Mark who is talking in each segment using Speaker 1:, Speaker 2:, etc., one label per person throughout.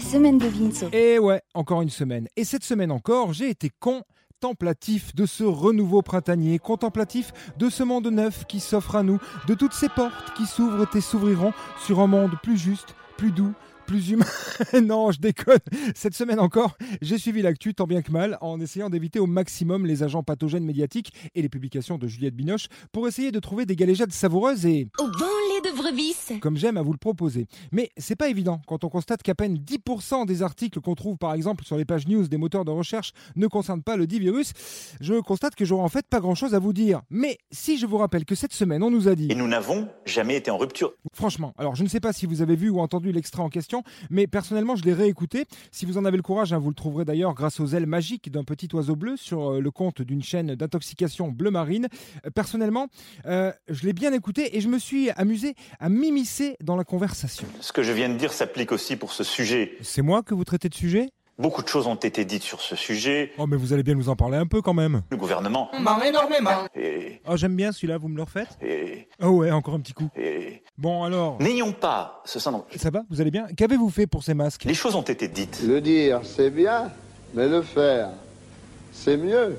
Speaker 1: semaine de Vinceau.
Speaker 2: Et ouais, encore une semaine. Et cette semaine encore, j'ai été con contemplatif de ce renouveau printanier, contemplatif de ce monde neuf qui s'offre à nous, de toutes ces portes qui s'ouvrent et s'ouvriront sur un monde plus juste, plus doux, plus humain. non, je déconne. Cette semaine encore, j'ai suivi l'actu tant bien que mal en essayant d'éviter au maximum les agents pathogènes médiatiques et les publications de Juliette Binoche pour essayer de trouver des galéjades savoureuses et
Speaker 3: Au bon lait de Vrebis
Speaker 2: comme j'aime à vous le proposer. Mais c'est pas évident quand on constate qu'à peine 10% des articles qu'on trouve par exemple sur les pages news des moteurs de recherche ne concernent pas le dit virus. Je constate que j'aurai en fait pas grand chose à vous dire. Mais si je vous rappelle que cette semaine on nous a dit
Speaker 4: Et nous n'avons jamais été en rupture.
Speaker 2: Franchement, alors je ne sais pas si vous avez vu ou entendu l'extrait en question, mais personnellement je l'ai réécouté. Si vous en avez le courage, hein, vous le trouverez d'ailleurs grâce aux ailes magiques d'un petit oiseau bleu sur euh, le compte d'une chaîne d'intoxication bleu marine. Euh, personnellement, euh, je l'ai bien écouté et je me suis amusé à m'immiscer dans la conversation.
Speaker 4: Ce que je viens de dire s'applique aussi pour ce sujet.
Speaker 2: C'est moi que vous traitez de sujet
Speaker 4: Beaucoup de choses ont été dites sur ce sujet.
Speaker 2: Oh mais vous allez bien nous en parler un peu quand même.
Speaker 4: Le gouvernement
Speaker 5: énormément.
Speaker 4: et,
Speaker 2: Oh j'aime bien celui-là, vous me le refaites
Speaker 4: et,
Speaker 2: Oh ouais, encore un petit coup.
Speaker 4: et-
Speaker 2: Bon alors,
Speaker 4: N'ayons pas ce syndrome.
Speaker 2: ça va Vous allez bien Qu'avez-vous fait pour ces masques
Speaker 4: Les choses ont été dites.
Speaker 6: Le dire, c'est bien, mais le faire, c'est mieux.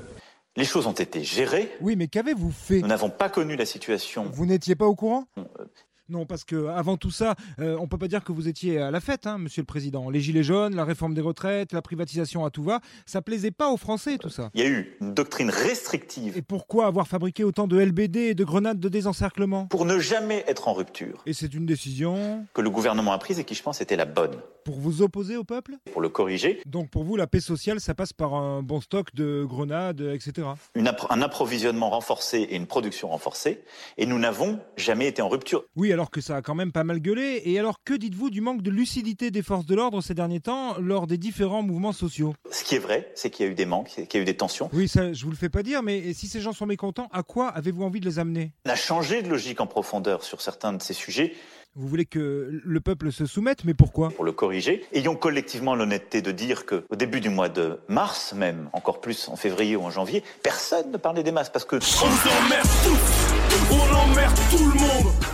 Speaker 4: Les choses ont été gérées.
Speaker 2: Oui mais qu'avez-vous fait
Speaker 4: Nous n'avons pas connu la situation.
Speaker 2: Vous n'étiez pas au courant Non, parce que avant tout ça, euh, on peut pas dire que vous étiez à la fête, hein, Monsieur le Président. Les gilets jaunes, la réforme des retraites, la privatisation à tout va, ça plaisait pas aux Français tout ça.
Speaker 4: Il y a eu une doctrine restrictive
Speaker 2: Et pourquoi avoir fabriqué autant de LBD et de grenades de désencerclement
Speaker 4: pour ne jamais être en rupture
Speaker 2: Et c'est une décision
Speaker 4: que le gouvernement a prise et qui, je pense, était la bonne.
Speaker 2: pour vous opposer au peuple
Speaker 4: Pour le corriger,
Speaker 2: Donc pour vous, la paix sociale, ça passe par un bon stock de grenades, etc.
Speaker 4: une appro- un approvisionnement renforcé et une production renforcée. Et nous n'avons jamais été en rupture.
Speaker 2: Oui, alors que ça a quand même pas mal gueulé. Et alors que dites-vous du manque de lucidité des forces de l'ordre ces derniers temps lors des différents mouvements sociaux
Speaker 4: Ce qui est vrai, c'est qu'il y a eu des manques, qu'il y a eu des tensions.
Speaker 2: Oui, ça, je vous le fais pas dire, mais si ces gens sont mécontents, à quoi avez-vous envie de les amener
Speaker 4: On a changé de logique en profondeur sur certains de ces sujets
Speaker 2: Vous voulez que le peuple se soumette, mais pourquoi
Speaker 4: pour le corriger. Ayons collectivement l'honnêteté de dire que au début du mois de mars même, encore plus en février ou en janvier, personne ne parlait des masques parce que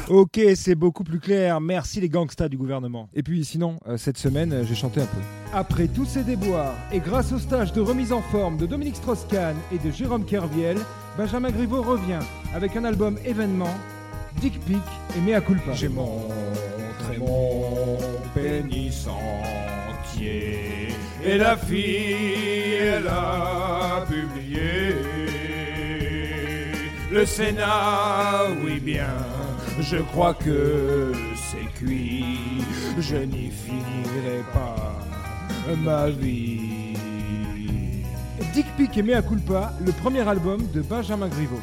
Speaker 2: Ok, c'est beaucoup plus clair. Merci les gangstas du gouvernement. Et puis sinon, euh, cette semaine, euh, j'ai chanté un peu. Après tous ces déboires, et grâce au stage de remise en forme de Dominique Strauss-Kahn et de Jérôme Kerviel, Benjamin Griveaux revient avec un album événement, Dick Pic et Mea Culpa.
Speaker 7: J'ai mon très mon pénis entier et la fille elle a publié le Sénat, oui bien. Je crois que c'est cuit, je n'y finirai pas ma vie.
Speaker 2: Dick Pic et Mea Culpa, le premier album de Benjamin Griveaux.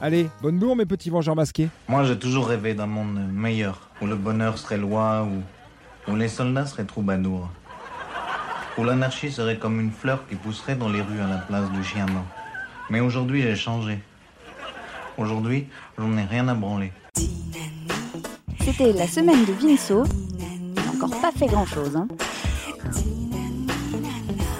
Speaker 2: Allez, bonne bourre mes petits vengeurs masqués.
Speaker 8: Moi, j'ai toujours rêvé d'un monde meilleur, où le bonheur serait loi, où, où les soldats seraient troubadours, où l'anarchie serait comme une fleur qui pousserait dans les rues à la place du chien blanc. Mais aujourd'hui, j'ai changé. Aujourd'hui, j'en ai rien à branler.
Speaker 1: C'était la semaine de Vinceau. Il n'a encore pas fait grand-chose. hein.